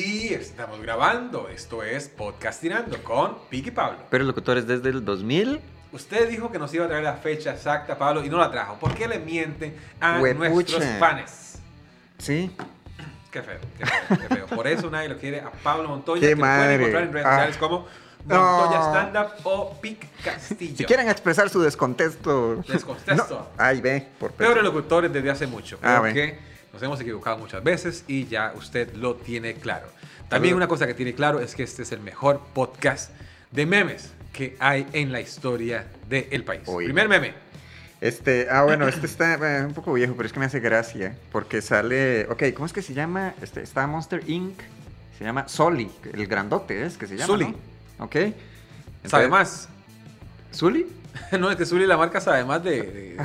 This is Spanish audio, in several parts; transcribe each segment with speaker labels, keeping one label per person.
Speaker 1: Estamos grabando, esto es Podcastinando con Piki Pablo.
Speaker 2: Pero locutores desde el 2000.
Speaker 1: Usted dijo que nos iba a traer la fecha exacta, Pablo, y no la trajo. ¿Por qué le mienten a
Speaker 2: Huepucha.
Speaker 1: nuestros fans?
Speaker 2: Sí.
Speaker 1: Qué feo, qué feo, qué feo. Por eso nadie lo quiere a Pablo Montoya,
Speaker 2: Qué
Speaker 1: que lo pueden
Speaker 2: madre.
Speaker 1: encontrar en redes
Speaker 2: Ah.
Speaker 1: sociales como Montoya
Speaker 2: No.
Speaker 1: Stand Up o Pic Castillo.
Speaker 2: Si quieren expresar su descontesto.
Speaker 1: Descontesto.
Speaker 2: No. Ay, ve, por
Speaker 1: Peores locutores desde hace mucho.
Speaker 2: Ah,
Speaker 1: Creo
Speaker 2: bueno.
Speaker 1: que nos hemos equivocado muchas veces y ya usted lo tiene claro. También
Speaker 2: Saludos.
Speaker 1: una cosa que tiene claro es que este es el mejor podcast de memes que hay en la historia del país.
Speaker 2: Oiga.
Speaker 1: Primer meme.
Speaker 2: Este, ah, bueno, este está eh, un poco viejo, pero es que me hace gracia. Porque sale. Ok, ¿cómo es que se llama? Este, está Monster Inc. Se llama Sully, el grandote es que se llama.
Speaker 1: Sully.
Speaker 2: ¿no? Ok.
Speaker 1: sabe
Speaker 2: Entonces-
Speaker 1: más.
Speaker 2: ¿Sully?
Speaker 1: no, es que Zully la marca sabe más de, de, de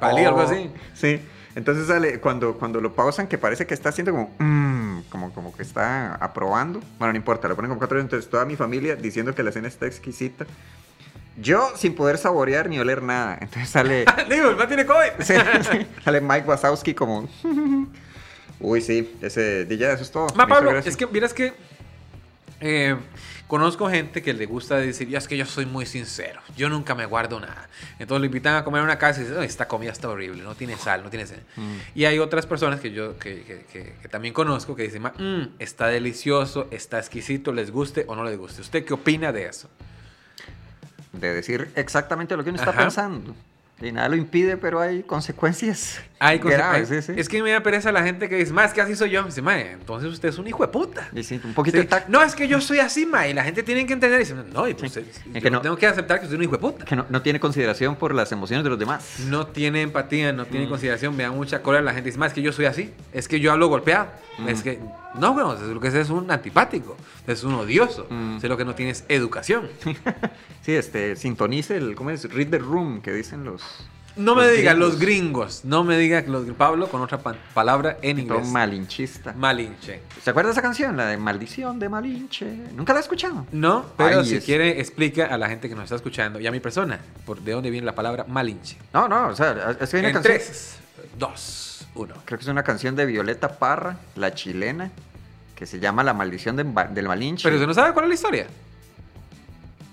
Speaker 1: Palí o algo
Speaker 2: Oh,
Speaker 1: así.
Speaker 2: Sí. Entonces sale, cuando, cuando lo pausan, que parece que está haciendo como, "Mm", como, como que está aprobando. Bueno, no importa, lo ponen como cuatro veces. Entonces toda mi familia diciendo que la cena está exquisita. Yo sin poder saborear ni oler nada. Entonces sale,
Speaker 1: Digo, el man tiene COVID.
Speaker 2: sí, sí, sale Mike Wazowski como... Uy, sí, ese y ya, eso es todo.
Speaker 1: Ma,
Speaker 2: Me hizo
Speaker 1: Pablo,
Speaker 2: gracia.
Speaker 1: es que, miras que eh, conozco gente que le gusta decir, "Ya, es que yo soy muy sincero, yo nunca me guardo nada. Entonces lo invitan a comer a una casa y dicen, "No, esta comida está horrible, no tiene sal, no tiene sal.
Speaker 2: Mm.
Speaker 1: Y hay otras personas que yo que, que- que- que también conozco que dicen, "Ma, mm, está delicioso, está exquisito, les guste o no les guste. ¿Usted qué opina de eso?
Speaker 2: De decir exactamente lo que uno está
Speaker 1: Ajá.
Speaker 2: pensando. Y nada lo impide, pero hay consecuencias.
Speaker 1: Hay conse-
Speaker 2: graves,
Speaker 1: hay-
Speaker 2: sí, sí.
Speaker 1: Es que me da pereza la gente que dice, más que así soy yo. Me dice, "Ma, entonces usted es un hijo de puta.
Speaker 2: Y sí, un poquito
Speaker 1: Sí.
Speaker 2: de tacto.
Speaker 1: No, es que yo soy así, ma, y la gente tiene que entender. Y dicen, no, y pues,
Speaker 2: Sí.
Speaker 1: eh,
Speaker 2: Es
Speaker 1: yo
Speaker 2: que no-
Speaker 1: tengo que aceptar que soy un hijo de puta.
Speaker 2: Que no, no tiene consideración por las emociones de los demás.
Speaker 1: No tiene empatía, no
Speaker 2: Mm.
Speaker 1: tiene consideración, me da mucha cólera la gente. Dice, más que yo soy así, es que yo hablo golpeado.
Speaker 2: Mm.
Speaker 1: Es que, no, bueno, es lo que es, es un antipático, es un odioso.
Speaker 2: Mm.
Speaker 1: Es lo que no tiene es educación.
Speaker 2: Sí, este, sintonice el, ¿cómo es? Read the room, que dicen los...
Speaker 1: No me
Speaker 2: Los
Speaker 1: digan
Speaker 2: gringos.
Speaker 1: los gringos, no me digan los Pablo con otra pa- palabra en
Speaker 2: Todo
Speaker 1: inglés.
Speaker 2: malinchista.
Speaker 1: Malinche.
Speaker 2: ¿Se acuerda de esa canción? La de Maldición de Malinche. ¿Nunca la he escuchado?
Speaker 1: No, pero
Speaker 2: Ahí
Speaker 1: si
Speaker 2: es.
Speaker 1: quiere, explica a la gente que nos está escuchando y a mi persona por de dónde viene la palabra malinche.
Speaker 2: No, no, o sea, es que hay una
Speaker 1: En
Speaker 2: canción...
Speaker 1: 3, 2, 1.
Speaker 2: Creo que es una canción de Violeta Parra, la chilena, que se llama La Maldición de Ma- del Malinche.
Speaker 1: Pero usted no sabe cuál es la historia.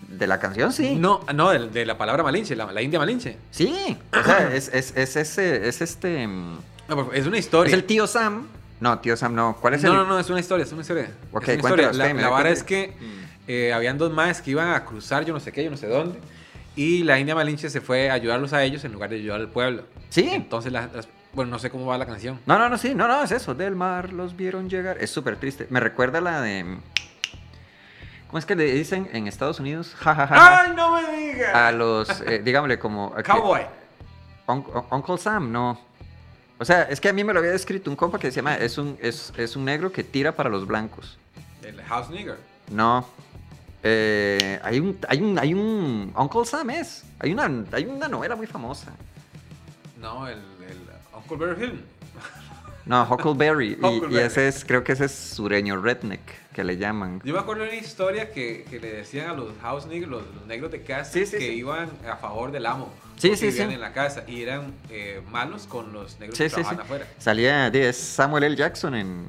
Speaker 2: ¿De la canción sí?
Speaker 1: No, no, de, de la palabra malinche, la, la india malinche.
Speaker 2: Sí, o sea, es, es, es ese, es este... mm,
Speaker 1: No, por favor, es una historia.
Speaker 2: Es el tío Sam. No, tío Sam no. ¿Cuál es
Speaker 1: no,
Speaker 2: el...?
Speaker 1: no, no, es una historia, es una historia.
Speaker 2: Ok,
Speaker 1: es una historia.
Speaker 2: cuéntela
Speaker 1: La,
Speaker 2: usted, me
Speaker 1: la
Speaker 2: doy
Speaker 1: vara
Speaker 2: cuenta. Mm.
Speaker 1: es que eh, habían dos maes que iban a cruzar yo no sé qué, yo no sé dónde. Y la india malinche se fue a ayudarlos a ellos en lugar de ayudar al pueblo.
Speaker 2: Sí.
Speaker 1: Entonces, las- las- bueno, no sé cómo va la canción.
Speaker 2: No, no, no, sí, no, no, es eso. Del mar los vieron llegar. Es súper triste. Me recuerda la de. ¿Cómo es que le dicen en Estados Unidos? Ja, ja, ja, ja,
Speaker 1: ¡Ay, no me digas!
Speaker 2: a los. eh, digámosle como. a que-
Speaker 1: Cowboy.
Speaker 2: Unc- un- Uncle Sam, no. O sea, es que a mí me lo había descrito un compa que decía, "Ma, es un, es, es un negro que tira para los blancos.
Speaker 1: El House Nigger.
Speaker 2: No. Eh, hay un. Hay un. Hay un. Uncle Sam es. Hay una, hay una novela muy famosa.
Speaker 1: No, el, el Uncle Bear Hill.
Speaker 2: No, Huckleberry. y- y,
Speaker 1: Huckleberry.
Speaker 2: ese es, creo que ese es sureño redneck que le llaman.
Speaker 1: Yo me acuerdo de una historia que, que le decían a los house negros, los, los negros de casa,
Speaker 2: Sí, sí,
Speaker 1: que
Speaker 2: sí.
Speaker 1: iban a favor del amo.
Speaker 2: Sí,
Speaker 1: porque
Speaker 2: sí,
Speaker 1: vivían
Speaker 2: sí.
Speaker 1: en la casa y eran eh, malos con los negros
Speaker 2: Sí,
Speaker 1: que
Speaker 2: sí,
Speaker 1: trabajaban
Speaker 2: sí.
Speaker 1: afuera.
Speaker 2: Salía de es Samuel L. Jackson en,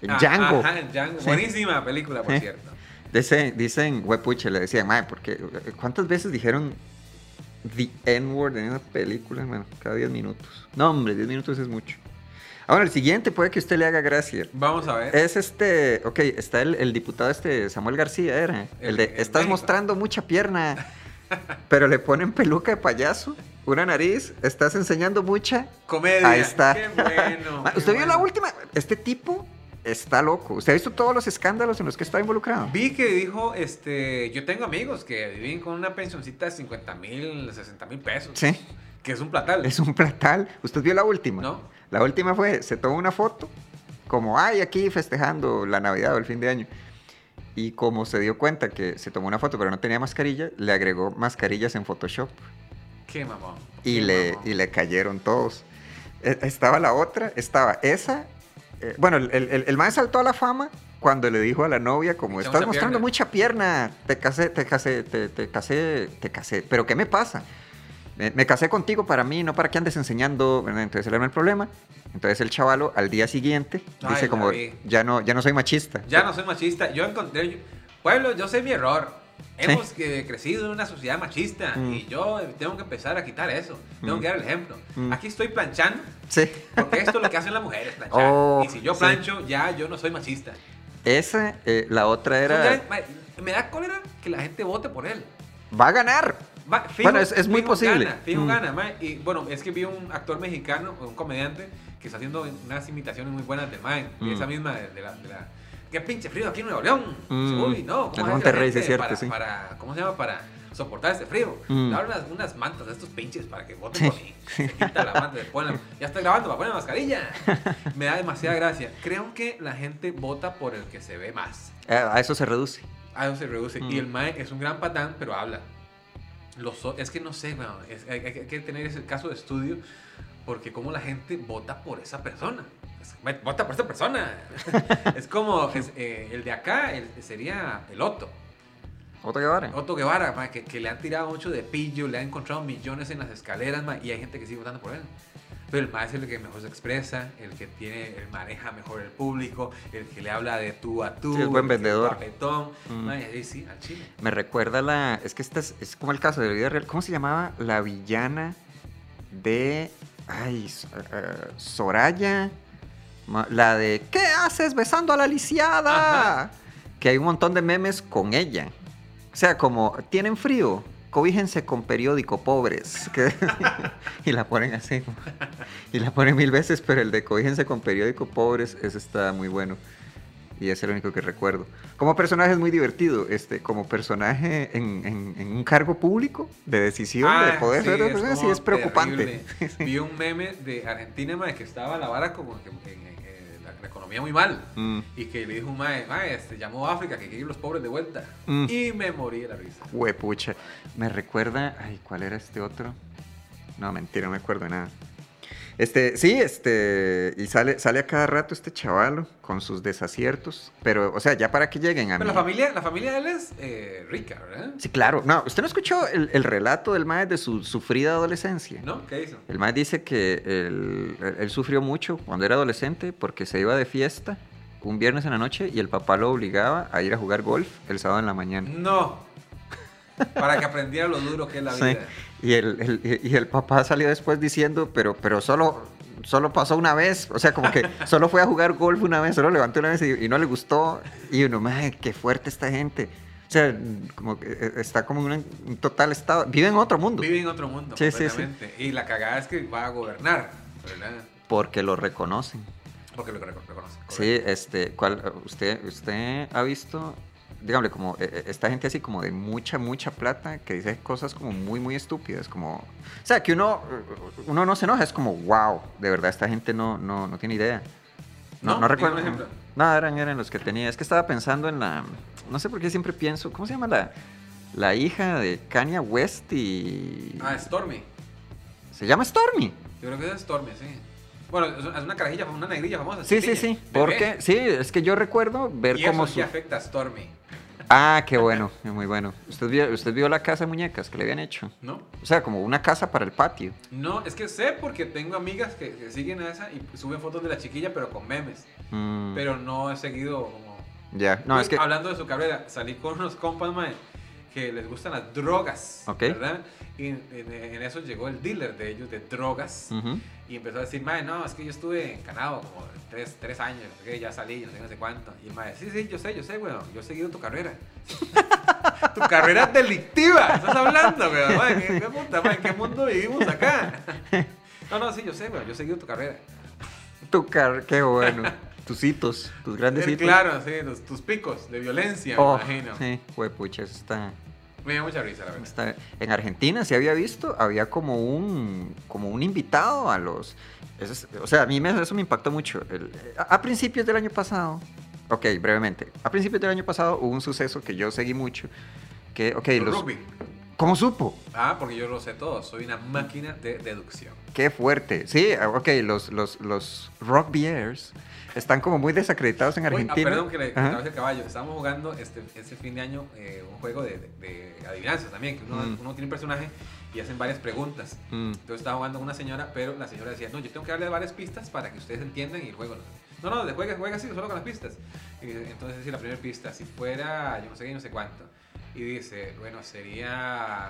Speaker 2: en
Speaker 1: Ah,
Speaker 2: Django.
Speaker 1: Ajá, en Django.
Speaker 2: Sí.
Speaker 1: Buenísima película, por
Speaker 2: Sí.
Speaker 1: cierto.
Speaker 2: Dice- dicen, huepuche, le decían, mae, porque ¿cuántas veces dijeron The N-word en esa película? Bueno, cada 10 minutos. No, hombre, 10 minutos es mucho. Ahora, el siguiente puede que usted le haga gracia.
Speaker 1: Vamos a ver.
Speaker 2: Es este, ok, está el, el diputado este Samuel García, era. El,
Speaker 1: El-
Speaker 2: de,
Speaker 1: el
Speaker 2: estás
Speaker 1: médico".
Speaker 2: mostrando mucha pierna, pero le ponen peluca de payaso, una nariz, estás enseñando mucha
Speaker 1: Comedia.
Speaker 2: Ahí está.
Speaker 1: Qué bueno.
Speaker 2: Ma,
Speaker 1: qué
Speaker 2: ¿Usted vio la
Speaker 1: bueno.
Speaker 2: última? Este tipo está loco. ¿Usted ha visto todos los escándalos en los que está involucrado?
Speaker 1: Vi que dijo, este, yo tengo amigos que viven con una pensioncita de 50 mil, 60 mil pesos.
Speaker 2: Sí,
Speaker 1: Que es un platal.
Speaker 2: es un platal. ¿Usted vio la última?
Speaker 1: No.
Speaker 2: La última fue, se tomó una foto, como, ay, aquí festejando la Navidad o el fin de año. Y como se dio cuenta que se tomó una foto pero no tenía mascarilla, le agregó mascarillas en Photoshop
Speaker 1: Qué mamón.
Speaker 2: y,
Speaker 1: qué
Speaker 2: le,
Speaker 1: mamón.
Speaker 2: y le cayeron todos. E- Estaba la otra, estaba esa. eh, bueno, el, el, el- el man saltó a la fama cuando le dijo a la novia, como,
Speaker 1: Mucha,
Speaker 2: estás
Speaker 1: mucha
Speaker 2: mostrando
Speaker 1: pierna".
Speaker 2: mucha pierna, te casé, te casé, te, te casé, te casé, pero ¿qué me pasa? me, me casé contigo para mí, no para que andes enseñando. ¿verdad? Entonces él era el problema. Entonces el chavalo al día siguiente
Speaker 1: Ay,
Speaker 2: dice
Speaker 1: la
Speaker 2: como,
Speaker 1: vi.
Speaker 2: ya no, ya no soy machista.
Speaker 1: Ya no soy machista. Yo encontré. yo- pueblo, yo sé mi error. Hemos eh, crecido en una sociedad machista
Speaker 2: Mm.
Speaker 1: y yo tengo que empezar a quitar eso. Tengo
Speaker 2: Mm.
Speaker 1: que dar el ejemplo.
Speaker 2: Mm.
Speaker 1: Aquí estoy planchando
Speaker 2: Sí.
Speaker 1: porque esto es lo que hacen las mujeres, planchar.
Speaker 2: Oh,
Speaker 1: y si yo
Speaker 2: sí.
Speaker 1: plancho, ya yo no soy machista.
Speaker 2: Esa, eh, la otra
Speaker 1: Entonces,
Speaker 2: era,
Speaker 1: ya, ma- me da cólera que la gente vote por él.
Speaker 2: va a ganar.
Speaker 1: Ma- fijo-
Speaker 2: Bueno, es- es muy
Speaker 1: fijo
Speaker 2: posible.
Speaker 1: Gana, fijo
Speaker 2: Mm.
Speaker 1: gana, ma. Y bueno, es que vi un actor mexicano, un comediante, que está haciendo unas imitaciones muy buenas del Mae. de
Speaker 2: Mm.
Speaker 1: Esa misma de, de la, de la- Qué pinche frío aquí en Nueva León.
Speaker 2: Mm.
Speaker 1: Uy, no.
Speaker 2: En
Speaker 1: hace la
Speaker 2: Monterrey, sí,
Speaker 1: gente
Speaker 2: cierto,
Speaker 1: para,
Speaker 2: sí.
Speaker 1: para- ¿Cómo se llama? Para soportar este frío.
Speaker 2: Mm.
Speaker 1: Le abren unas, unas mantas a estos pinches para que voten por mí. Se quita la manta, le ponen la- ya estoy grabando, para poner la mascarilla. Me da demasiada gracia. Creo que la gente vota por el que se ve más.
Speaker 2: Eh, A eso se reduce.
Speaker 1: Ah, no se reduce.
Speaker 2: Mm.
Speaker 1: Y el Mae es un gran patán, pero habla. Los, o- es que no sé, weón, es- hay, hay- hay que tener ese caso de estudio porque como la gente vota por esa persona. Es- "Mae, vota por esa persona. es como es, eh, el de acá el, sería el Otto.
Speaker 2: Otro que vara.
Speaker 1: Otto Guevara, mae, que, que le han tirado mucho de pillo, le han encontrado millones en las escaleras mae, y hay gente que sigue votando por él. Pero el mae es el que mejor se expresa, el que tiene, el maneja mejor el público, el que le habla de tú a tú.
Speaker 2: Sí, es buen
Speaker 1: el que
Speaker 2: vendedor.
Speaker 1: Papetón.
Speaker 2: Mm.
Speaker 1: Mae, sí, sí, al chile.
Speaker 2: Me recuerda la. Es que esta es, es como el caso de la vida real. ¿Cómo se llamaba la villana de. Ay, S- eh, Soraya? Ma- La de. ¿Qué haces besando a la lisiada?
Speaker 1: Ajá.
Speaker 2: Que hay un montón de memes con ella. O sea, como. ¿Tienen frío? Cobíjense con periódico, pobres. Que- y la ponen así. Y la ponen mil veces, pero el de cobíjense con periódico, pobres, ese está muy bueno. Y es el único que recuerdo. Como personaje es muy divertido. Este, como personaje en, en- en un cargo público de decisión, de
Speaker 1: Ah,
Speaker 2: poder
Speaker 1: sí,
Speaker 2: ser otra
Speaker 1: es
Speaker 2: persona, sí
Speaker 1: como
Speaker 2: es preocupante.
Speaker 1: terrible. Vi un meme de Argentina, mae, que estaba la vara como que, que- que- que la, la economía muy mal.
Speaker 2: Mm.
Speaker 1: Y que le dijo un mae, mae, este, llamó a África, que quiere ir los pobres de vuelta.
Speaker 2: Mm.
Speaker 1: Y me morí de la risa.
Speaker 2: Huepucha. Me recuerda. Ay, ¿cuál era este otro? No, mentira, no me acuerdo de nada. Este, sí, este. Y sale, sale a cada rato este chavalo con sus desaciertos. Pero, o sea, ya para que lleguen a
Speaker 1: Pero
Speaker 2: mí.
Speaker 1: la familia, la familia de él es eh, rica, ¿verdad?
Speaker 2: Sí, claro. No, usted no escuchó el, el relato del maestro de su sufrida adolescencia.
Speaker 1: ¿No? ¿Qué hizo?
Speaker 2: El maestro dice que él, él- él sufrió mucho cuando era adolescente porque se iba de fiesta un viernes en la noche y el papá lo obligaba a ir a jugar golf el sábado en la
Speaker 1: Mm,
Speaker 2: mañana.
Speaker 1: No. Para que aprendiera lo duro que es la
Speaker 2: Sí.
Speaker 1: vida.
Speaker 2: Y el, el- y el papá salió después diciendo, pero, pero solo, solo pasó una vez. O sea, como que solo fue a jugar golf una vez, solo levantó una vez y, y no le gustó. Y uno, madre, qué fuerte esta gente. O sea, como que eh, está como en un- un total estado. Vive en otro mundo.
Speaker 1: Vive en otro mundo.
Speaker 2: Sí, sí, sí.
Speaker 1: completamente. Y la cagada es que va a gobernar, ¿verdad?
Speaker 2: Porque lo reconocen.
Speaker 1: Porque lo que reconoce. correcto.
Speaker 2: Sí, este, ¿cuál, usted, usted ha visto, dígame, como eh, eh, esta gente así como de mucha, mucha plata que dice cosas como muy, muy estúpidas, como, o sea, que uno, eh, uno no se enoja, es como, wow, de verdad esta gente no, no, no tiene idea. No,
Speaker 1: No,
Speaker 2: no,
Speaker 1: dígame
Speaker 2: recuerdo.
Speaker 1: un ejemplo.
Speaker 2: No, eran, eran los que tenía. Es que estaba pensando en la, no sé por qué siempre pienso, ¿cómo se llama la, la hija de Kanye West y...
Speaker 1: Ah, Stormy.
Speaker 2: Se llama Stormy.
Speaker 1: Yo creo que es Stormy, sí. Bueno, es es una carajilla, una negrilla famosa.
Speaker 2: Sí, sí, sí. Porque, sí, es que yo recuerdo ver
Speaker 1: Ah, Y
Speaker 2: cómo
Speaker 1: eso sí
Speaker 2: su-
Speaker 1: afecta a Stormy,
Speaker 2: Ah, qué bueno, muy bueno. ¿Usted vio, usted vio la casa de muñecas que le habían hecho?
Speaker 1: ¿no?
Speaker 2: O sea, como una casa para el patio.
Speaker 1: No, es que sé porque tengo amigas que, que siguen a esa y suben fotos de la chiquilla, pero con memes.
Speaker 2: Mm,
Speaker 1: Pero ah, no he seguido como...
Speaker 2: ya, no,
Speaker 1: Uy,
Speaker 2: es que...
Speaker 1: Hablando de su carrera, salí con unos compas, mae, que les gustan las drogas,
Speaker 2: Ok.
Speaker 1: ¿verdad? Y en, en- en eso llegó el dealer de ellos de drogas
Speaker 2: Ujú.
Speaker 1: y empezó a decir, mae, no, es que yo estuve en Canadá como tres, tres años, no sé qué, ya salí, no sé, no sé cuánto. Y el mae, sí, sí, yo sé, yo sé, weón, yo he seguido tu carrera. tu carrera delictiva, estás hablando, weón, mae, ¿qué, qué puta, mae, ¿en qué mundo vivimos acá? no, no, sí, yo sé, weón, yo he seguido tu carrera.
Speaker 2: Tu car... Qué bueno. tus hitos, tus grandes hitos.
Speaker 1: Eh, Claro, sí, los- tus picos de violencia,
Speaker 2: Oh,
Speaker 1: me imagino.
Speaker 2: sí, huepucha, eso está...
Speaker 1: Me dio mucha risa, la verdad.
Speaker 2: Está- En Argentina se había visto, había como un, como un invitado a los... eso es- o sea, a mí me- eso me impactó mucho. El- a, a principios del año pasado, ok, brevemente, a principios del año pasado hubo un suceso que yo seguí mucho, que, ok,
Speaker 1: Los
Speaker 2: los...
Speaker 1: rugby.
Speaker 2: ¿Cómo supo?
Speaker 1: Ah, porque yo lo sé todo. Soy una máquina de deducción.
Speaker 2: Qué fuerte. Sí, ah, ok, los, los, los rock beers están como muy desacreditados en
Speaker 1: Uy,
Speaker 2: Argentina.
Speaker 1: ah, perdón que le
Speaker 2: Ajá.
Speaker 1: atravesé el caballo. Estábamos jugando este, este fin de año eh, un juego de, de- de adivinanzas también. Que uno,
Speaker 2: Mm.
Speaker 1: uno tiene un personaje y hacen varias preguntas.
Speaker 2: Mm.
Speaker 1: Entonces estaba jugando con una señora, pero la señora decía, no, yo tengo que darle varias pistas para que ustedes entiendan y el juego. No, no, de juega, juega así, solo con las pistas. Y dice, entonces dice la primera pista, si fuera, yo no sé qué, yo no sé cuánto. Y dice, bueno, sería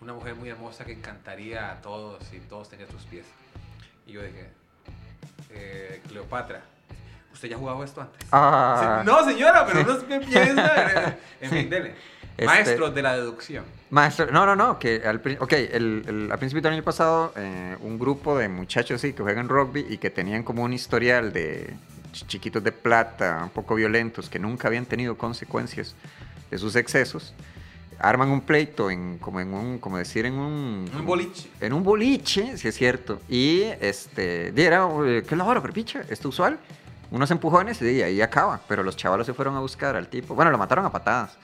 Speaker 1: una mujer muy hermosa que encantaría a todos y todos tenían sus pies. Y yo dije, eh, Cleopatra, ¿usted ya ha jugado esto antes?
Speaker 2: Ah,
Speaker 1: Sí, no, señora, pero no es que piensa. eh, En fin, dele.
Speaker 2: Este-
Speaker 1: Maestro de la deducción.
Speaker 2: Maestro, no, no, no, que al, pri- okay, el, el- al principio del año pasado eh, un grupo de muchachos sí, que juegan rugby y que tenían como un historial de ch- chiquitos de plata, un poco violentos, que nunca habían tenido consecuencias de sus excesos, arman un pleito en como en un, como decir, en un...
Speaker 1: Un boliche.
Speaker 2: En un boliche, si es cierto. Y este, di, era, eh, ¿qué es la hora, pero picha? Esto usual. Unos empujones y di, ahí acaba. Pero los chavalos se fueron a buscar al tipo. Bueno, lo mataron a patadas.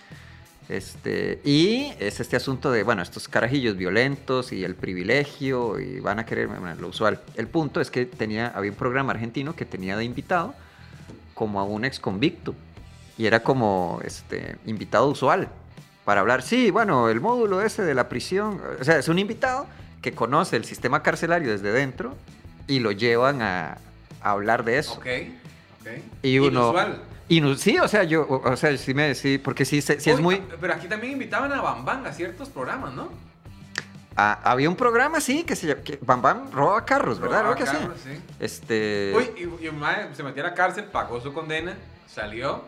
Speaker 2: Este, y es este asunto de, bueno, estos carajillos violentos y el privilegio y van a querer, bueno, lo usual. El punto es que tenía, había un programa argentino que tenía de invitado como a un ex convicto y era como este invitado usual para hablar, sí, bueno, el módulo ese de la prisión, o sea, es un invitado que conoce el sistema carcelario desde dentro y lo llevan a, a hablar de eso.
Speaker 1: Ok, ok.
Speaker 2: Y uno-
Speaker 1: Inusual.
Speaker 2: Y no- sí, o sea, yo, o, o sea, sí me, sí, porque sí, se- sí es
Speaker 1: Uy,
Speaker 2: muy...
Speaker 1: ah, Pero aquí también invitaban a Bambán a ciertos programas, ¿no?
Speaker 2: Ah, había un programa, sí, que se llama... que Bam Bam roba carros, Pues, ¿verdad? Creo
Speaker 1: Robaba
Speaker 2: que sí.
Speaker 1: carros, Ah, sí.
Speaker 2: Este...
Speaker 1: Uy, y, y un mae se metió a la cárcel, pagó su condena, salió.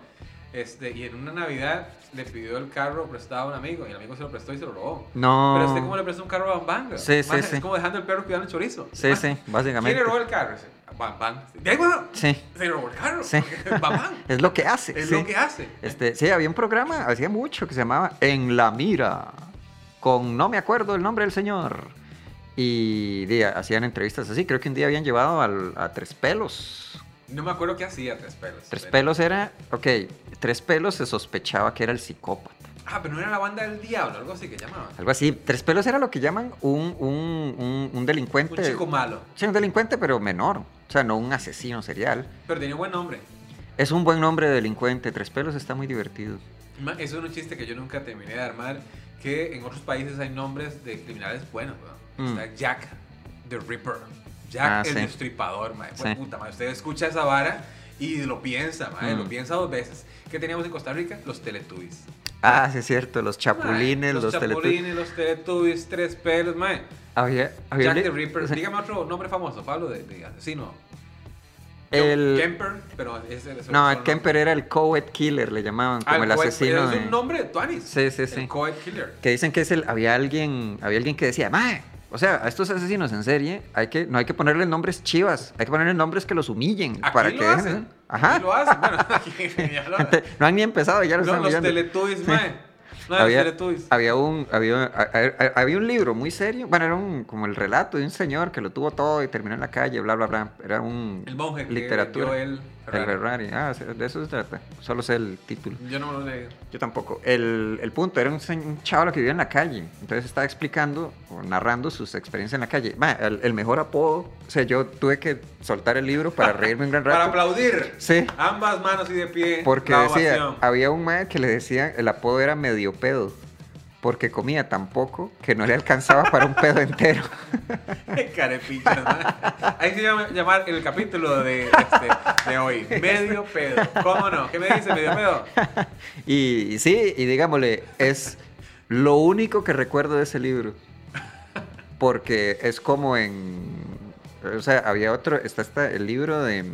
Speaker 1: Este, y en una Navidad le pidió el carro prestado a un amigo. Y el amigo se lo prestó y se lo robó.
Speaker 2: no...
Speaker 1: Pero usted, ¿cómo le prestó un carro a Bambán?
Speaker 2: Sí, sí,
Speaker 1: Mae,
Speaker 2: sí.
Speaker 1: Es como dejando el perro cuidando el chorizo.
Speaker 2: Sí,
Speaker 1: Mae,
Speaker 2: sí,
Speaker 1: ¿Quién
Speaker 2: básicamente.
Speaker 1: le robó el carro? Dice, Bambán. De ahí, bueno,
Speaker 2: Sí,
Speaker 1: se robó el carro.
Speaker 2: Sí.
Speaker 1: Bambán.
Speaker 2: es lo que hace.
Speaker 1: Es
Speaker 2: sí.
Speaker 1: lo que hace.
Speaker 2: Este, sí, había un programa, hacía mucho, que se llamaba En la Mira, con no me acuerdo el nombre del señor. Y di, hacían entrevistas así, creo que un día habían llevado al- a Tres Pelos.
Speaker 1: No me acuerdo qué hacía Tres Pelos.
Speaker 2: Tres
Speaker 1: pero-
Speaker 2: Pelos era, ok, Tres Pelos se sospechaba que era el psicópata.
Speaker 1: Ah, pero no era la banda del diablo, algo así que llamaba.
Speaker 2: Algo así, Tres Pelos era lo que llaman un, un- un- un delincuente.
Speaker 1: Un chico malo.
Speaker 2: Sí, un delincuente, pero menor. O sea, no un asesino serial.
Speaker 1: Pero tenía buen nombre.
Speaker 2: Es un buen nombre de delincuente, Tres Pelos está muy divertido.
Speaker 1: Ma- Eso es un chiste que yo nunca terminé de armar. Que en otros países hay nombres de criminales buenos, weón.
Speaker 2: Mm.
Speaker 1: Está Jack the Ripper. Jack
Speaker 2: Ah,
Speaker 1: el
Speaker 2: sí.
Speaker 1: destripador, mae. Pues
Speaker 2: Sí.
Speaker 1: puta, mae. Usted escucha esa vara y lo piensa, mae.
Speaker 2: Mm.
Speaker 1: Lo piensa dos veces. ¿Qué teníamos en Costa Rica? Los Teletubbies.
Speaker 2: Ah, sí es cierto, los chapulines,
Speaker 1: Mae,
Speaker 2: los,
Speaker 1: los
Speaker 2: teletu-
Speaker 1: Chapulines, los Teletubbies, tres pelos, mae.
Speaker 2: Había, había
Speaker 1: Jack
Speaker 2: li-
Speaker 1: the Ripper.
Speaker 2: sí.
Speaker 1: Dígame otro nombre famoso, Pablo, de, de asesino.
Speaker 2: El-
Speaker 1: Kemper, pero es el.
Speaker 2: No,
Speaker 1: el
Speaker 2: el Kemper era el Coed Killer, le llamaban, como
Speaker 1: Ah,
Speaker 2: el
Speaker 1: Coed-
Speaker 2: asesino.
Speaker 1: Es
Speaker 2: de-
Speaker 1: un nombre de Tuanis.
Speaker 2: Sí, sí,
Speaker 1: El
Speaker 2: sí.
Speaker 1: Coed Killer.
Speaker 2: Que dicen que es el. Había alguien, había alguien que decía, mae, o sea, a estos asesinos en serie hay que, no hay que ponerle nombres chivas, hay que ponerle nombres que los humillen
Speaker 1: Aquí
Speaker 2: para
Speaker 1: lo
Speaker 2: que
Speaker 1: hacen.
Speaker 2: dejen- Ajá.
Speaker 1: Aquí lo hacen. Bueno, aquí ya lo hacen.
Speaker 2: Gente, no han ni empezado, ya
Speaker 1: No,
Speaker 2: lo están
Speaker 1: los
Speaker 2: humillando.
Speaker 1: Teletubbies, mae. No, los
Speaker 2: había, Ah.
Speaker 1: Teletubbies.
Speaker 2: había un había, a- a- había un libro muy serio bueno era un como el relato de un señor que lo tuvo todo y terminó en la calle bla bla bla era un
Speaker 1: El monje que
Speaker 2: literatura
Speaker 1: vendió el Ferrari.
Speaker 2: Ferrari. ah sí, de eso se trata solo sé el título
Speaker 1: Yo no me lo leí.
Speaker 2: yo tampoco. El, el punto era un, se- un chaval que vivía en la calle. Entonces estaba explicando o narrando sus experiencias en la calle. Ma, el, el mejor apodo. O sea, yo tuve que soltar el libro para reírme un gran rato.
Speaker 1: Para aplaudir.
Speaker 2: Sí.
Speaker 1: Ambas manos y de pie.
Speaker 2: Porque
Speaker 1: la
Speaker 2: decía, ah.
Speaker 1: ovación.
Speaker 2: había un mae que le decía, el apodo era medio pedo. Porque comía tan poco que no le alcanzaba para un pedo entero.
Speaker 1: Carepichas, mae. Ahí se llama llamar el capítulo de, este, de hoy. Medio pedo. ¿Cómo no? ¿Qué me dice medio pedo?
Speaker 2: Y, y sí, y digámosle, es lo único que recuerdo de ese libro. Porque es como en. O sea, había otro. Está, está el libro de.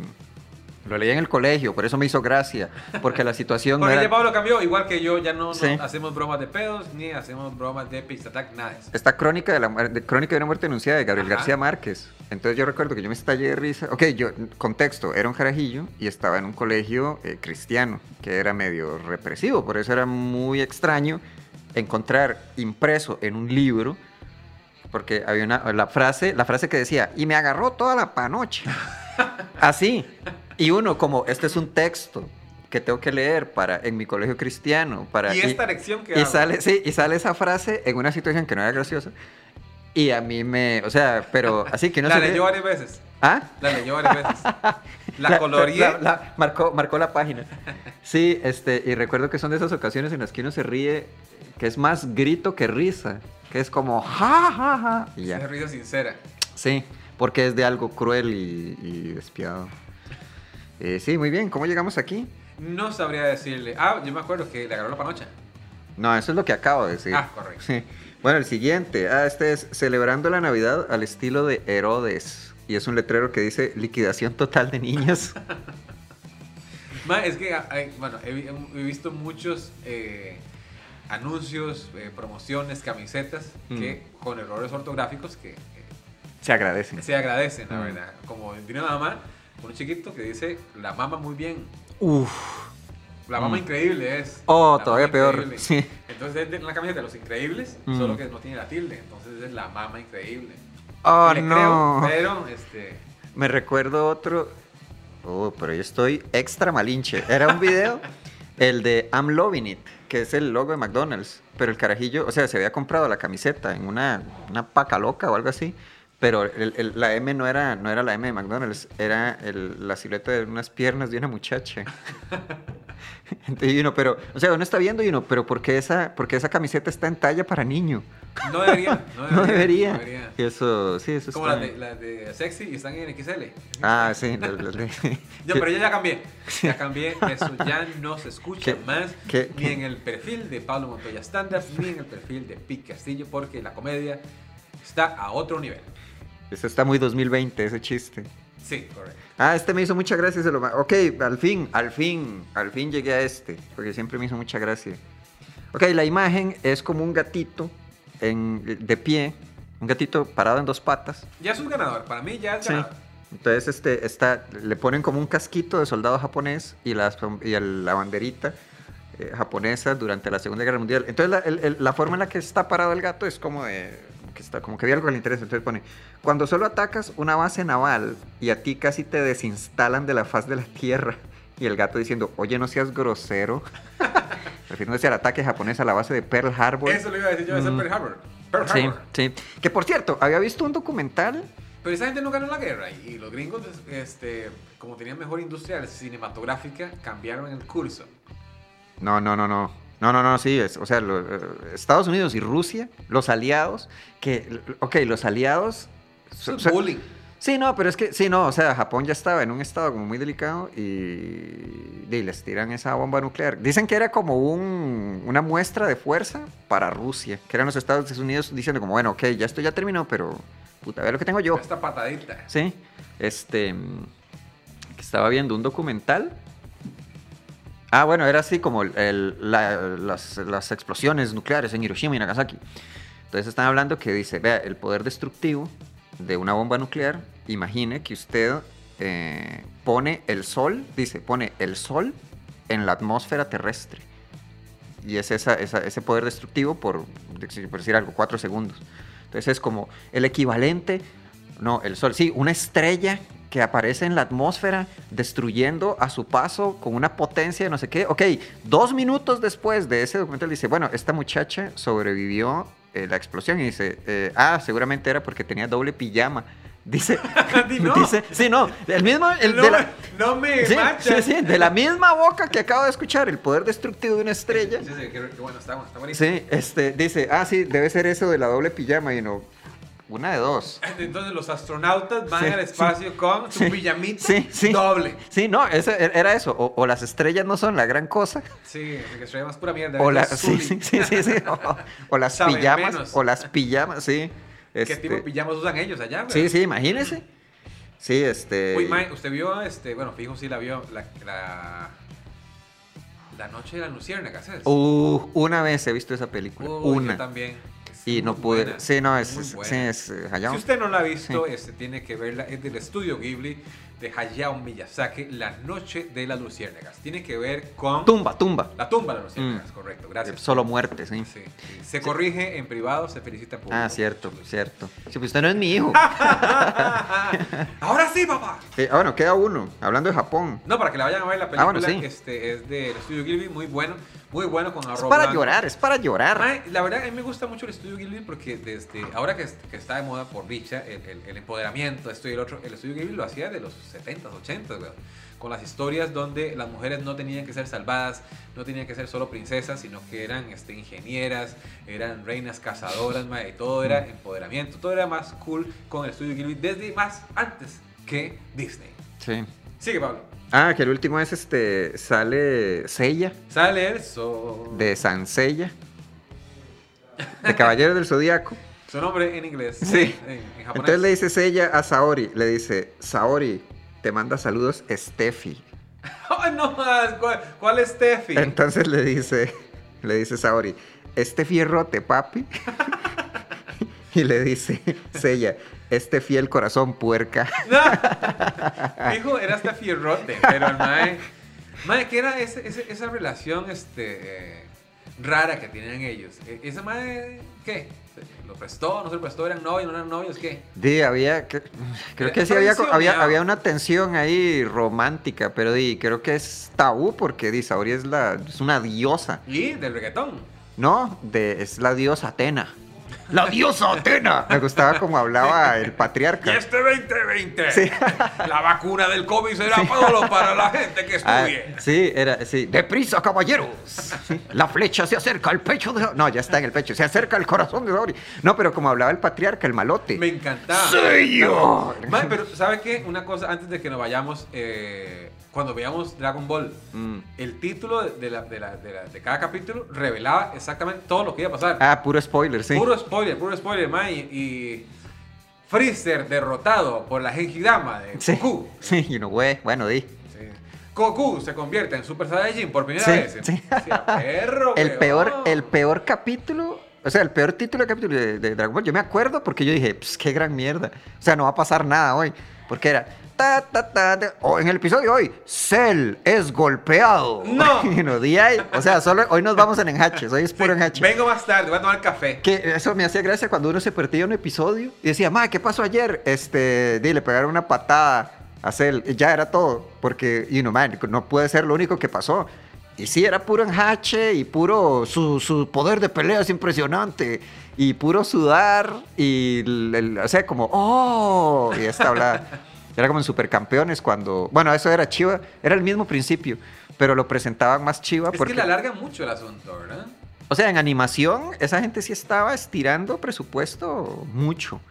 Speaker 2: Lo leí en el colegio, por eso me hizo gracia. Porque la situación. no
Speaker 1: Porque
Speaker 2: era-
Speaker 1: ya Pablo cambió, igual que yo, ya no, no
Speaker 2: Sí.
Speaker 1: hacemos bromas de pedos, ni hacemos bromas de pizza attack, nada de eso.
Speaker 2: Esta crónica de la muer- de- crónica de una muerte denunciada de Gabriel
Speaker 1: Ajá.
Speaker 2: García Márquez. Entonces yo recuerdo que yo me estallé de risa. Ok, yo, contexto, era un jarajillo y estaba en un colegio eh, cristiano, que era medio represivo, por eso era muy extraño encontrar impreso en un libro, porque había una, la frase, la frase que decía, y me agarró toda la panocha. Así. Y uno como, este es un texto. que tengo que leer para, en mi colegio cristiano. Para,
Speaker 1: Y esta erección que
Speaker 2: y
Speaker 1: hago.
Speaker 2: sale, sí, y sale esa frase en una situación que no era graciosa. Y a mí me, o sea, pero así que no
Speaker 1: la
Speaker 2: se ríe.
Speaker 1: leyó varias veces.
Speaker 2: ¿Ah?
Speaker 1: La leyó varias veces. La, coloreé.
Speaker 2: la- la- marcó, marcó la página. Sí, este, y recuerdo que son de esas ocasiones en las que uno se ríe, que es más grito que risa. Que es como, ja, ja, ja. Y
Speaker 1: Se
Speaker 2: ya.
Speaker 1: río sincera.
Speaker 2: Sí, porque es de algo cruel y, y despiadado. Eh, sí, muy bien. ¿Cómo llegamos aquí?
Speaker 1: No sabría decirle. Ah, yo me acuerdo que le agarró la panocha.
Speaker 2: No, eso es lo que acabo de decir.
Speaker 1: Ah, correcto.
Speaker 2: Sí. Bueno, el siguiente. Ah, este es Celebrando la Navidad al estilo de Herodes. Y es un letrero que dice liquidación total de niños.
Speaker 1: Ma, es que, ah, hay- bueno, he, vi- he visto muchos eh, anuncios, eh, promociones, camisetas
Speaker 2: Mm.
Speaker 1: que con errores ortográficos que eh,
Speaker 2: Se agradecen.
Speaker 1: se agradecen, la
Speaker 2: Mm.
Speaker 1: verdad. Como tiene una mamá, un chiquito que dice, la mama muy bien.
Speaker 2: Uf.
Speaker 1: La mama
Speaker 2: Mm.
Speaker 1: increíble es.
Speaker 2: Oh,
Speaker 1: La
Speaker 2: todavía
Speaker 1: mama
Speaker 2: peor.
Speaker 1: increíble.
Speaker 2: Sí.
Speaker 1: Entonces es de la camiseta de los increíbles,
Speaker 2: Mm.
Speaker 1: solo que no tiene la tilde. Entonces es la mama increíble.
Speaker 2: Oh,
Speaker 1: Le
Speaker 2: no.
Speaker 1: creo, pero, este.
Speaker 2: Me recuerdo otro. Oh, pero yo estoy extra malinche. Era un video, el de I'm Loving It, que es el logo de McDonald's. Pero el carajillo, o sea, se había comprado la camiseta en una, una paca loca o algo así. Pero el- el- la M no era, no era la M de McDonald's, era el- la silueta de unas piernas de una muchacha. Entonces, y uno, pero, o sea, uno está viendo y uno, pero ¿por qué esa, por qué esa camiseta está en talla para niño?
Speaker 1: No debería. No debería.
Speaker 2: No debería.
Speaker 1: no debería.
Speaker 2: Eso, sí, eso
Speaker 1: Como
Speaker 2: está-
Speaker 1: las de, las de sexy y están en XL.
Speaker 2: Ah, sí. la- la- la-
Speaker 1: Yo, pero yo ya cambié. Ya cambié. Eso ya no se escucha
Speaker 2: ¿Qué?
Speaker 1: más.
Speaker 2: ¿Qué?
Speaker 1: Ni en el perfil de Pablo Montoya Stand Up, ni en el perfil de Pete Castillo, porque la comedia está a otro nivel.
Speaker 2: Eso está muy 2020, ese chiste.
Speaker 1: Sí, correcto.
Speaker 2: Ah, este me hizo mucha gracia. Se lo... ma- Ok, al fin, al fin, al fin llegué a este, porque siempre me hizo mucha gracia. Ok, la imagen es como un gatito en, de pie, un gatito parado en dos patas.
Speaker 1: Ya es un ganador. Para mí ya es
Speaker 2: Sí.
Speaker 1: ganador.
Speaker 2: Entonces este, está, le ponen como un casquito de soldado japonés y, las- y el- la banderita eh, japonesa durante la Segunda Guerra Mundial. Entonces la, el- el- la forma en la que está parado el gato es como de... como Que está, como que vi algo que le interesa. Entonces pone, cuando solo atacas una base naval y a ti casi te desinstalan de la faz de la tierra. Y el gato diciendo, oye, no seas grosero. Refiriéndose al ataque japonés a la base de Pearl Harbor.
Speaker 1: Eso lo iba a decir yo, es el
Speaker 2: Mm.
Speaker 1: Pearl Harbor. Pearl
Speaker 2: sí,
Speaker 1: Harbor.
Speaker 2: sí. Que por cierto, había visto un documental
Speaker 1: Pero esa gente no ganó la guerra y los gringos, este, como tenían mejor industria cinematográfica, cambiaron el curso.
Speaker 2: No, no, no, no. No, no, no, sí, es, o sea, lo- eh, Estados Unidos y Rusia, los aliados, que, l- ok, los aliados...
Speaker 1: Eso
Speaker 2: so-
Speaker 1: es
Speaker 2: so-
Speaker 1: bullying.
Speaker 2: sí, no, pero es que, sí, no, o sea, Japón ya estaba en un estado como muy delicado y, y les tiran esa bomba nuclear. Dicen que era como un- una muestra de fuerza para Rusia, que eran los Estados Unidos diciendo como, bueno, ok, ya esto ya terminó, pero puta, vea lo que tengo yo.
Speaker 1: Esta patadita.
Speaker 2: Sí, este. mm, Que estaba viendo un documental. Ah, bueno, era así como el- el- la- las, las explosiones nucleares en Hiroshima y Nagasaki. Entonces están hablando que dice: vea, el poder destructivo de una bomba nuclear. Imagine que usted eh, pone el sol, dice, pone el sol en la atmósfera terrestre. Y es esa- esa- ese poder destructivo por, por decir algo, cuatro segundos. Entonces es como el equivalente, no, el sol, sí, una estrella que aparece en la atmósfera destruyendo a su paso con una potencia de no sé qué. Ok, dos minutos después de ese documental dice, bueno, esta muchacha sobrevivió eh, la explosión y dice, eh, ah, seguramente era porque tenía doble pijama. Dice,
Speaker 1: Di no.
Speaker 2: dice, sí, no, el mismo, el
Speaker 1: no,
Speaker 2: de la-
Speaker 1: me- no me
Speaker 2: Sí,
Speaker 1: manches.
Speaker 2: sí, sí, de la misma boca que acabo de escuchar, el poder destructivo de una estrella.
Speaker 1: Sí, sí, qué, qué bueno, está, bueno, está buenísimo.
Speaker 2: Sí, este, dice, ah, sí, debe ser eso de la doble pijama y no, una de dos.
Speaker 1: Entonces los astronautas van
Speaker 2: Sí,
Speaker 1: al espacio con su
Speaker 2: sí,
Speaker 1: pijamita
Speaker 2: sí, sí.
Speaker 1: doble.
Speaker 2: Sí, no, ese er- era eso, o, o las estrellas no son la gran cosa,
Speaker 1: Sí, porque se más pura mierda.
Speaker 2: o, la-
Speaker 1: Es
Speaker 2: sí,
Speaker 1: Zully.
Speaker 2: sí, sí, sí, sí, o, o las
Speaker 1: Saben
Speaker 2: pijamas,
Speaker 1: menos.
Speaker 2: o las pijamas, sí.
Speaker 1: ¿Qué
Speaker 2: este,
Speaker 1: tipo de pijamas usan ellos allá? güey?
Speaker 2: Sí, sí, imagínese. Sí, este...
Speaker 1: Uy, mae, usted vio, este, bueno, fijo sí la vio, la, la, la noche de la luciérnaga, ¿sabes?
Speaker 2: Uh, una vez he visto esa película,
Speaker 1: Uy, yo
Speaker 2: una.
Speaker 1: también. Es
Speaker 2: Y no
Speaker 1: muy
Speaker 2: pude.
Speaker 1: buena,
Speaker 2: Sí, no, es.
Speaker 1: muy
Speaker 2: es-
Speaker 1: buena.
Speaker 2: sí, es, eh, Hayao.
Speaker 1: Si usted no la ha visto,
Speaker 2: Sí.
Speaker 1: este, tiene que verla. Es del estudio Ghibli. de Hayao Miyazaki, La Noche de las Luciérnagas. Tiene que ver con
Speaker 2: Tumba, tumba.
Speaker 1: la tumba de las
Speaker 2: Mm.
Speaker 1: luciérnagas, correcto, gracias.
Speaker 2: Solo muerte, sí.
Speaker 1: Sí, oh, sí. Se corrige en privado, se felicita en público.
Speaker 2: Ah, cierto, cierto. Sí, pues usted no es mi hijo.
Speaker 1: Ahora sí, papá.
Speaker 2: Sí, ah, bueno, queda uno. Hablando de Japón.
Speaker 1: No, para que la vayan a ver la
Speaker 2: Ah,
Speaker 1: película,
Speaker 2: bueno, sí.
Speaker 1: este, es del estudio Gilby, muy bueno, muy bueno con
Speaker 2: Es
Speaker 1: arroba.
Speaker 2: para llorar, es para llorar.
Speaker 1: Mae, la verdad, a mí me gusta mucho el estudio Ghibli porque desde ahora que, que está de moda por dicha, el, el- el empoderamiento, esto y el otro, el estudio Ghibli lo hacía de los 70s, 80s, weón, con las historias donde las mujeres no tenían que ser salvadas, no tenían que ser solo princesas, sino que eran este, ingenieras, eran reinas cazadoras, mae, y todo era
Speaker 2: Mm.
Speaker 1: empoderamiento, todo era más cool con el estudio Ghibli desde más antes que Disney.
Speaker 2: Sí.
Speaker 1: Sigue, Pablo.
Speaker 2: Ah, que el último es este. Sale Sella,
Speaker 1: Sale el sol.
Speaker 2: de Sansella. De Caballero del Zodíaco.
Speaker 1: Su nombre en inglés.
Speaker 2: Sí.
Speaker 1: En, en japonés.
Speaker 2: Entonces le dice Sella a Saori. Le dice: Saori, te manda saludos Steffi.
Speaker 1: Ay, no más. ¿Cuál, cuál es Steffi?
Speaker 2: Entonces le dice, le dice Saori, este fierrote, papi. y le dice Sella, este fiel corazón, puerca.
Speaker 1: No. Hijo, era hasta fierrote, pero el mae. Mae, que era ese- ese- esa relación este, eh, rara que tenían ellos. E- Esa mae, ¿qué? ¿Se- ¿Lo prestó? ¿No se lo prestó? ¿Eran novios? ¿No eran novios? ¿Qué?
Speaker 2: Di, había, que- creo que sí
Speaker 1: Era
Speaker 2: había,
Speaker 1: traición,
Speaker 2: había,
Speaker 1: Eh, ya.
Speaker 2: había una tensión ahí romántica, pero di, creo que es tabú porque di, Saori es, la, es una diosa.
Speaker 1: Y del reggaetón.
Speaker 2: No, de, es la diosa Atena. ¡La diosa Atena! Me gustaba como hablaba el
Speaker 1: Y
Speaker 2: patriarca.
Speaker 1: este 2020,
Speaker 2: Sí.
Speaker 1: la vacuna del COVID será solo para la gente que
Speaker 2: Ah,
Speaker 1: estudie.
Speaker 2: sí, era, sí. ¡Deprisa, caballeros! La flecha se acerca al pecho de... No, ya está en el pecho. Se acerca al corazón de Saori. No, pero como hablaba el patriarca, el malote.
Speaker 1: Me encantaba.
Speaker 2: ¡Señor!
Speaker 1: Mae, pero ¿sabe qué? Una cosa antes de que nos vayamos, eh, cuando veamos Dragon Ball,
Speaker 2: Mm.
Speaker 1: el título de, la- de la- de la- de cada capítulo revelaba exactamente todo lo que iba a pasar.
Speaker 2: Ah, puro spoiler, sí.
Speaker 1: Puro spoiler, puro spoiler, mae. Y, y Freezer derrotado por la Gengidama de
Speaker 2: Sí,
Speaker 1: Goku.
Speaker 2: sí, y no, güey. Bueno, di.
Speaker 1: Sí. Goku se convierte en Super Saiyajin por primera
Speaker 2: Sí,
Speaker 1: vez.
Speaker 2: sí.
Speaker 1: Sí, a perro,
Speaker 2: El
Speaker 1: weón.
Speaker 2: peor, el peor capítulo... O sea, el peor título de capítulo de, de Dragon Ball. Yo me acuerdo porque yo dije, pues, qué gran mierda. O sea, no va a pasar nada hoy. Porque era... Ta, ta, ta, ta. O en el episodio hoy, Cell es golpeado.
Speaker 1: No.
Speaker 2: Y no, di ahí. O sea, solo hoy nos vamos en enhaches. Hoy es
Speaker 1: Sí,
Speaker 2: puro enhache.
Speaker 1: vengo más tarde, voy a tomar café.
Speaker 2: Que eso me hacía gracia cuando uno se perdía un episodio y decía, ma, ¿qué pasó ayer? Este, di, le pegaron una patada a Cell y ya era todo. Porque, y no, man, no puede ser lo único que pasó. Y sí, era puro enjache y puro su, su poder de pelea es impresionante. Y puro sudar y, el- el- o sea, como, oh, y esta hablada. Era como en Supercampeones cuando, bueno, eso era Chiva, era el mismo principio, pero lo presentaban más Chiva
Speaker 1: Es
Speaker 2: porque...
Speaker 1: que le alarga mucho el asunto, ¿verdad?
Speaker 2: O sea, en animación, esa gente sí estaba estirando presupuesto mucho.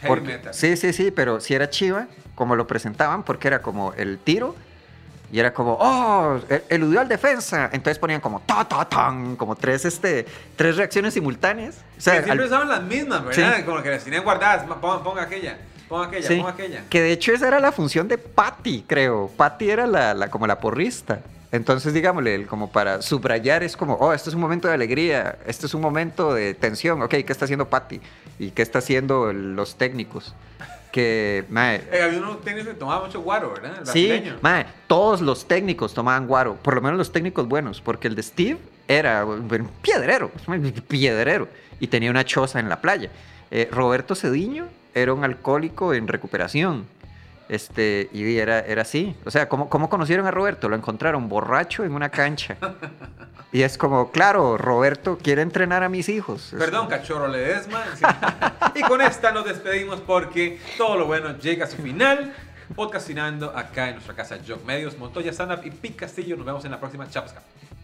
Speaker 1: Heavy
Speaker 2: Porque-
Speaker 1: metal.
Speaker 2: Sí, sí, sí, pero si era chiva, como lo presentaban, porque era como el tiro. Y era como, oh, el- eludió al defensa. Entonces ponían como, ta, ta, tan, como tres, este, tres reacciones simultáneas. O sea,
Speaker 1: Que siempre
Speaker 2: al-
Speaker 1: usaban las mismas, ¿verdad?
Speaker 2: Sí.
Speaker 1: Como que las tenían guardadas. Ma- Ponga, ponga aquella, ponga aquella,
Speaker 2: sí,
Speaker 1: ponga aquella.
Speaker 2: que de hecho esa era la función de Patty, creo. Patty era la, la- como la porrista. Entonces, digámosle, el- como para subrayar, es como, oh, esto es un momento de alegría, esto es un momento de tensión. Ok, ¿qué está haciendo Patty? ¿Y qué está haciendo el- los técnicos? Que, mae,
Speaker 1: Eh, había unos técnicos que tomaba mucho guaro, ¿verdad? ¿eh? El
Speaker 2: Sí,
Speaker 1: brasileño.
Speaker 2: mae, todos los técnicos tomaban guaro, por lo menos los técnicos buenos, porque el de Steve era un piedrero, un piedrero, y tenía una choza en la playa. Eh, Roberto Cediño era un alcohólico en recuperación, este, y era, era así. O sea, ¿cómo, ¿cómo conocieron a Roberto? Lo encontraron borracho en una cancha. Y es como, claro, Roberto quiere entrenar a mis hijos. Es
Speaker 1: Perdón, cachorro Ledesma. Sí. y con esta nos despedimos porque todo lo bueno llega a su final. Podcastinando acá en nuestra casa Jock Medios, Montoya Sanaf y Pete Castillo. Nos vemos en la próxima pues, Chapscap.